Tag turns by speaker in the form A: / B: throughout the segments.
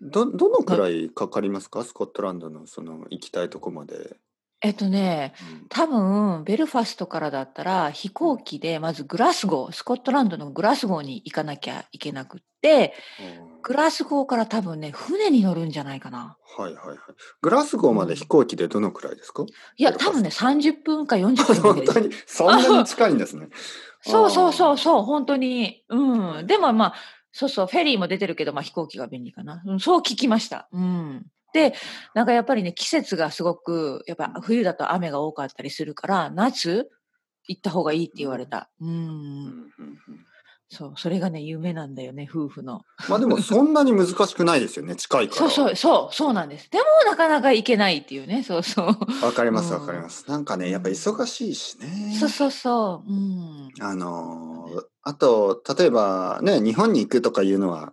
A: ど、どのく
B: が
A: らいかかりますかスコットランドのその行きたいとこまで。
B: えっとね、
A: うん
B: 多分ベルファストからだったら飛行機でまずグラスゴー、スコットランドのグラスゴーに行かなきゃいけなくって、グラスゴーから多分ね、船に乗るんじゃないかな。
A: はいはいはい。グラスゴーまで飛行機でどのくらいですか、
B: いや、
A: ベルファスト
B: 多分ね、30分か40分だけ
A: 本
B: で
A: 当
B: す。
A: に、そんなに近いんですね。
B: そうそうそう
A: う。
B: そう、本当に。うん。でもまあ、そうそう、フェリーも出てるけど、まあ飛行機が便利かな。うん、そう聞きました。うん。で、なんかやっぱりね、季節がすごく、やっぱ冬だと雨が多かったりするから、夏行った方がいいって言われた。 うん。
A: うんうんうん
B: そう、それがね、夢なんだよね、夫婦の。
A: まあでも、そんなに難しくないですよね。近いから
B: そう
A: は。
B: そう、そう、そうなんです。でもなかなか行けないっていうね、そうそう。
A: わかります
B: うん
A: わかります。なんかね、やっぱ忙しいしね。
B: そうそうそう。うん。
A: あのーあと、例えばね、日本に行くとかいうのは、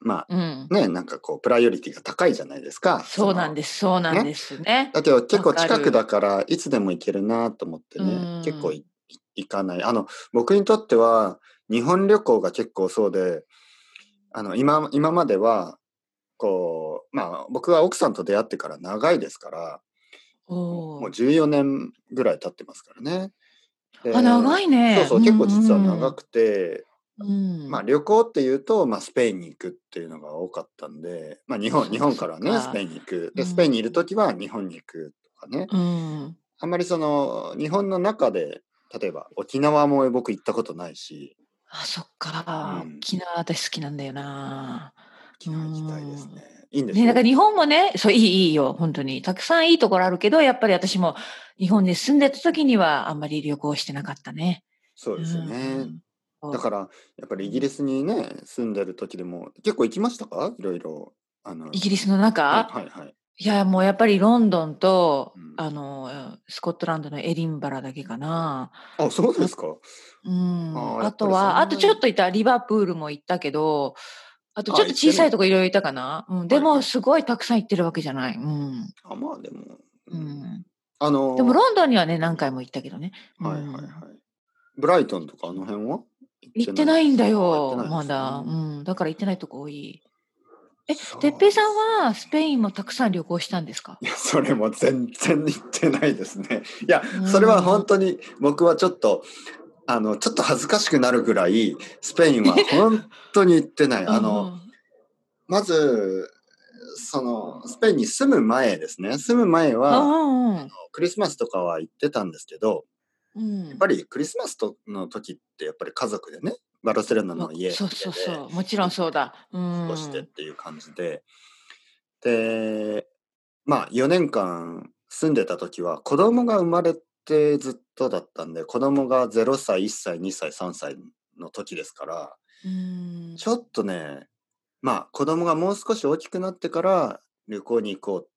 A: ま
B: うん
A: あ。ね、なんかこう、プライオリティが高いじゃないですか。
B: そうなん
A: す。
B: です、そうなんですね。
A: だけど結構
B: わかる
A: 近くだから、いつでも行けるなと思って
B: う
A: ね
B: ん、
A: 結構い行かない。あの、僕にとっては、日本旅行が結構そうで、あの、今、今までは、こう、まあ、僕は奥さんと出会ってから長いですから、
B: お
A: も
B: ー
A: う14年ぐらい経ってますからね。で
B: あ、長いね。
A: そうそう、
B: ん
A: 結構実は長くて、
B: うん
A: まあ、旅行っていうと、まあ、スペインに行くっていうのが多かったんで、まあ、日本
B: そっか
A: 日本から
B: そ
A: ね
B: っか
A: スペインに行
B: う
A: くで
B: ん
A: スペインにいる時は日本に行くとかね、
B: うん
A: あんまりその日本の中で例えば沖縄も僕行ったことないし
B: あ、そっか。
A: うん
B: 沖縄私好きなんだよな。
A: 沖縄行きたいですね。いいんです
B: ね、だから日本もね、そう、いい、いいよ、本当に。たくさんいいところあるけど、やっぱり私も日本に住んでた時にはあんまり旅行してなかったね。
A: そうですよ
B: う
A: ね。
B: んそう
A: だからやっぱりイギリスにね住んでる時でも結構行きましたかいろいろ。あの
B: イギリスの
A: は
B: 中、
A: いはいはい。
B: いや、もうやっぱりロンドンと
A: うん、
B: あの、スコットランドのエディンバラだけかな。
A: あそうですか。
B: うん。
A: あーやっぱり
B: あと
A: そんな
B: は、あとちょっといた、リバプールも行ったけど、あとちょっと小さいとこいろいろいたかな。うん。で
A: はいは
B: も、
A: い
B: すごいたくさん行ってるわけじゃない。うん。
A: あまあでも。う
B: うんん。
A: あの
B: でも、ロンドンにはね、何回も行ったけどね。うん
A: はいはいはい。ブライトンとかあの辺は
B: 行ってないんだよ、
A: 行ってない
B: ま
A: んですね
B: だ。うん。だから行ってないとこ多い。え、
A: そう
B: てっぺいさんはスペインもたくさん旅行したんですか
A: いや、 それも全然行ってないですね。いや
B: う、ん
A: それは本当に僕はちょっと、あの、ちょっと恥ずかしくなるぐらい、スペイ ンは本当に行ってない。あの、、まず、その、スペインに住む前ですね。住む前
B: うん
A: は、
B: うんうん
A: クリスマスとかは行ってたんですけど、
B: うん。や
A: やっぱりクリスマスとの時って、やっぱり家族でね、バルセロナの家で
B: そうそうそう。もちろんそうだ。う
A: 過
B: ん
A: ご。してっていう感じで、でまあ4年間住んでた時は子供が生まれてずっとだったんで子供が0歳1歳2歳3歳の時ですから
B: うん
A: ちょっとねまあ子供がもう少し大きくなってから旅行に行こうっ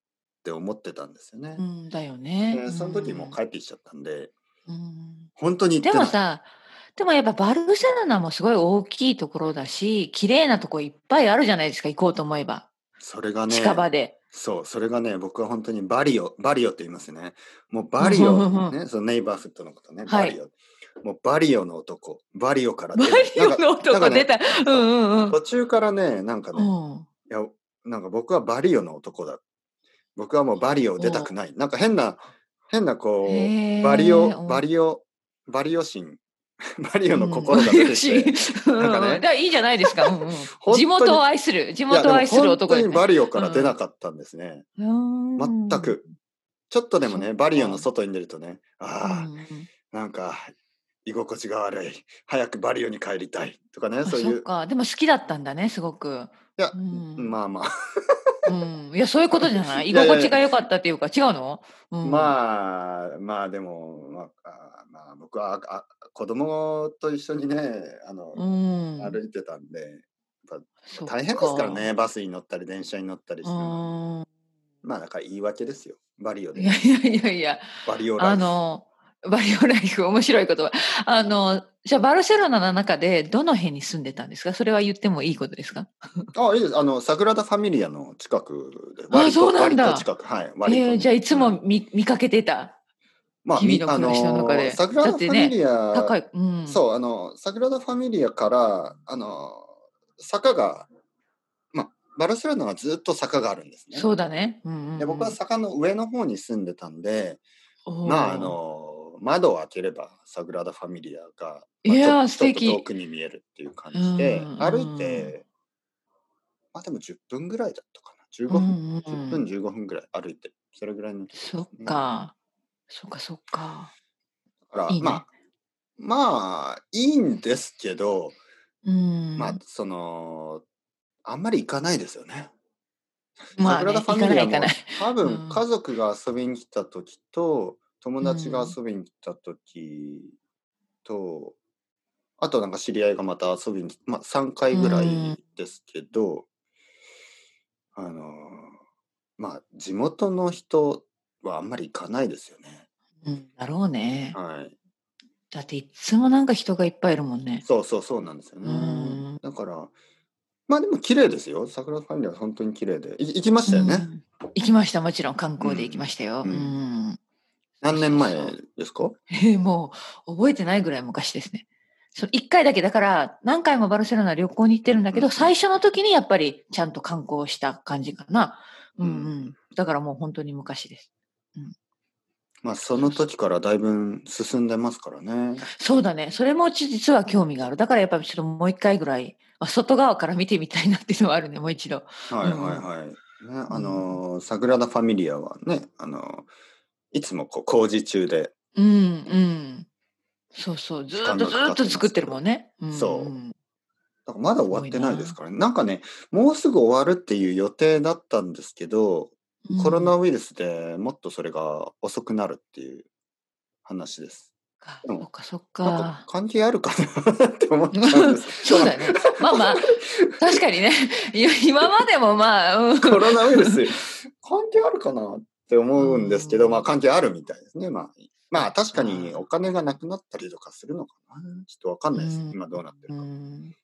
A: て思ってたんですよね
B: う。んだよね。
A: でその時もう
B: うん
A: 帰ってきちゃったんで
B: うん
A: 本当に行っ
B: で
A: てな
B: も
A: い。
B: さ、でもやっぱバルセロナもすごい大きいところだし、綺麗なとこいっぱいあるじゃないですか、行こうと思えば。
A: それがね
B: 近場で。
A: そう、それがね、僕は本当にバリオ、バリオって言いますね。もうバリ オ、ね、そのネイバーフットのことね、
B: は
A: バ
B: い
A: リオ。もうバリオの男、バリオから
B: マ
A: 出る
B: リオの音
A: なん
B: が
A: か
B: 出
A: ね
B: た。うんうんうん
A: 途中からね、なんかね、い
B: うん。
A: や、なんか僕はバリオの男だ。僕はもうバリオを出たくない。なんか変な、変なこ
B: へ
A: う、
B: ー
A: バリ
B: う
A: オ、
B: ん
A: バリオ、バリオ心、バリオの心が出てきて。
B: うん
A: なんかね
B: うんだらいいじゃないですか。うんうん
A: 当に
B: 地元を愛する、地
A: いや、
B: 元
A: で
B: を
A: も
B: 愛する
A: 本
B: 男
A: 当
B: です
A: に
B: ね。
A: バリオから出なかったんですね。
B: 全
A: 全く。。ちょっとでも
B: そ
A: ね、
B: っか
A: バリオの外に出るとね、ああ、
B: うんうん
A: なんか居心地が悪い早くバリオに帰りたいとかね
B: あ
A: そう
B: そ
A: いう
B: っか。でも好きだったんだね、すごく。
A: いや
B: うん
A: まあまあ、
B: うんいや、そういうことじゃない居
A: いやいやいや
B: 心地が良かったっていうか、違うのあ。
A: まあまあでも、まああ、まあ僕はあ子供と一緒にねあの、
B: うん。
A: 歩いてたんで
B: そっ
A: 大変ですからね。バスに乗ったり電車に乗ったりし
B: う
A: て
B: ん。
A: まあだから言い訳ですよバリオ
B: い
A: で
B: やいやいやいや。
A: バリオラ
B: あ
A: イフ
B: の、バリオライフ、面白い言葉。あの、じゃあバルセロナの中でどの辺に住んでたんですかそれは言ってもいいことですか
A: あいいですあのサグラダ・ファミリアの近くで
B: あそうなんだ
A: 割と近くはい割と
B: えー、じゃあいつも見見かけてた。
A: ま
B: 日々の暮らしの中で
A: あサグラダ・
B: だ
A: フ
B: って
A: ァ
B: ね
A: ミリア、
B: 高い。うん。
A: そう、あの、サグラダ・ファミリアから、あの、坂が、まあ、バルセロナはずっと坂があるんですね。
B: そうだね。うんうんうん
A: で僕は坂の上の方に住んでたんで、
B: おー
A: まああの窓を開ければサグラダ・ファミリアが、
B: いやー
A: まあ、
B: 素
A: ちょっと
B: 敵
A: ちょっと遠くに見えるっていう感じで
B: うん
A: 歩いてまあでも10分ぐらいだったかな15
B: う
A: 分、
B: んうん
A: 10分15分ぐらい歩いてそれぐらいのとこ
B: そっか。そっかそっか。
A: だから
B: いいね
A: まあまあいいんですけど、
B: うん。
A: まあそのあんまり行かないですよね。
B: まあ
A: サ
B: ね
A: グラダ・ファミリア
B: 行か
A: も
B: ない行
A: 多
B: う
A: 分
B: ん
A: 家族が遊びに来た時と友達が遊びに来た時と、あとなんか知り合いがまた遊びに来まあ3回ぐらいですけど、あのーまあ地元の人はあんまり行かないですよね。
B: うん、だろうね。
A: はい、
B: だっていつもなんか人がいっぱいいるもんね。
A: そうそうそうなんですよね。
B: うん
A: だからまあでも綺麗ですよ。桜ファミリアは本当に綺麗でい行きましたよね。
B: うん行きましたもちろん観光で行きましたよ。う
A: う
B: んん。
A: うん
B: うん
A: 何年前ですか？
B: えーもう覚えてないぐらい昔ですね。そう一回だけだから何回もバルセロナ旅行に行ってるんだけ
A: う
B: ど
A: ん
B: 最初の時にやっぱりちゃんと観光した感じかな。うんう。
A: うん
B: だからもう本当に昔です。
A: まあその時からだいぶ進んでますからね。
B: そうだね。それも実は興味がある。だからやっぱりちょっともう一回ぐらい、まあ外側から見てみたいなっていうのはあるね、もう一度。
A: はいはいはい。ね、あのー、サグラダ・ファミリアはね、あのー、いつもこう工事中で、
B: うんうん。そうそう。ずーっと
A: 時
B: ず
A: 間が
B: ーっ
A: かかって
B: と
A: ます
B: 作ってるもんね。うんうん
A: そうだからまだ終わってないですからね。なんかね、もうすぐ終わるっていう予定だったんですけど、コロナ
B: うん
A: ウイルスでもっとそれが遅くなるっていう話です。
B: か
A: うん
B: そっかそっ
A: なんか
B: か。
A: 関係あるかなって思っちゃうんです
B: そうだね。まあ まあ、確かにね。いや今までもまあ、うん
A: コロナウイルス、関係あるかなって思うんですけど、
B: うん
A: まあ関係あるみたいですね。まあ、まあ確かにお金がなくなったりとかするのかな。ちょっとわかんないです。
B: うん
A: 今どうなってる
B: う
A: か。
B: ん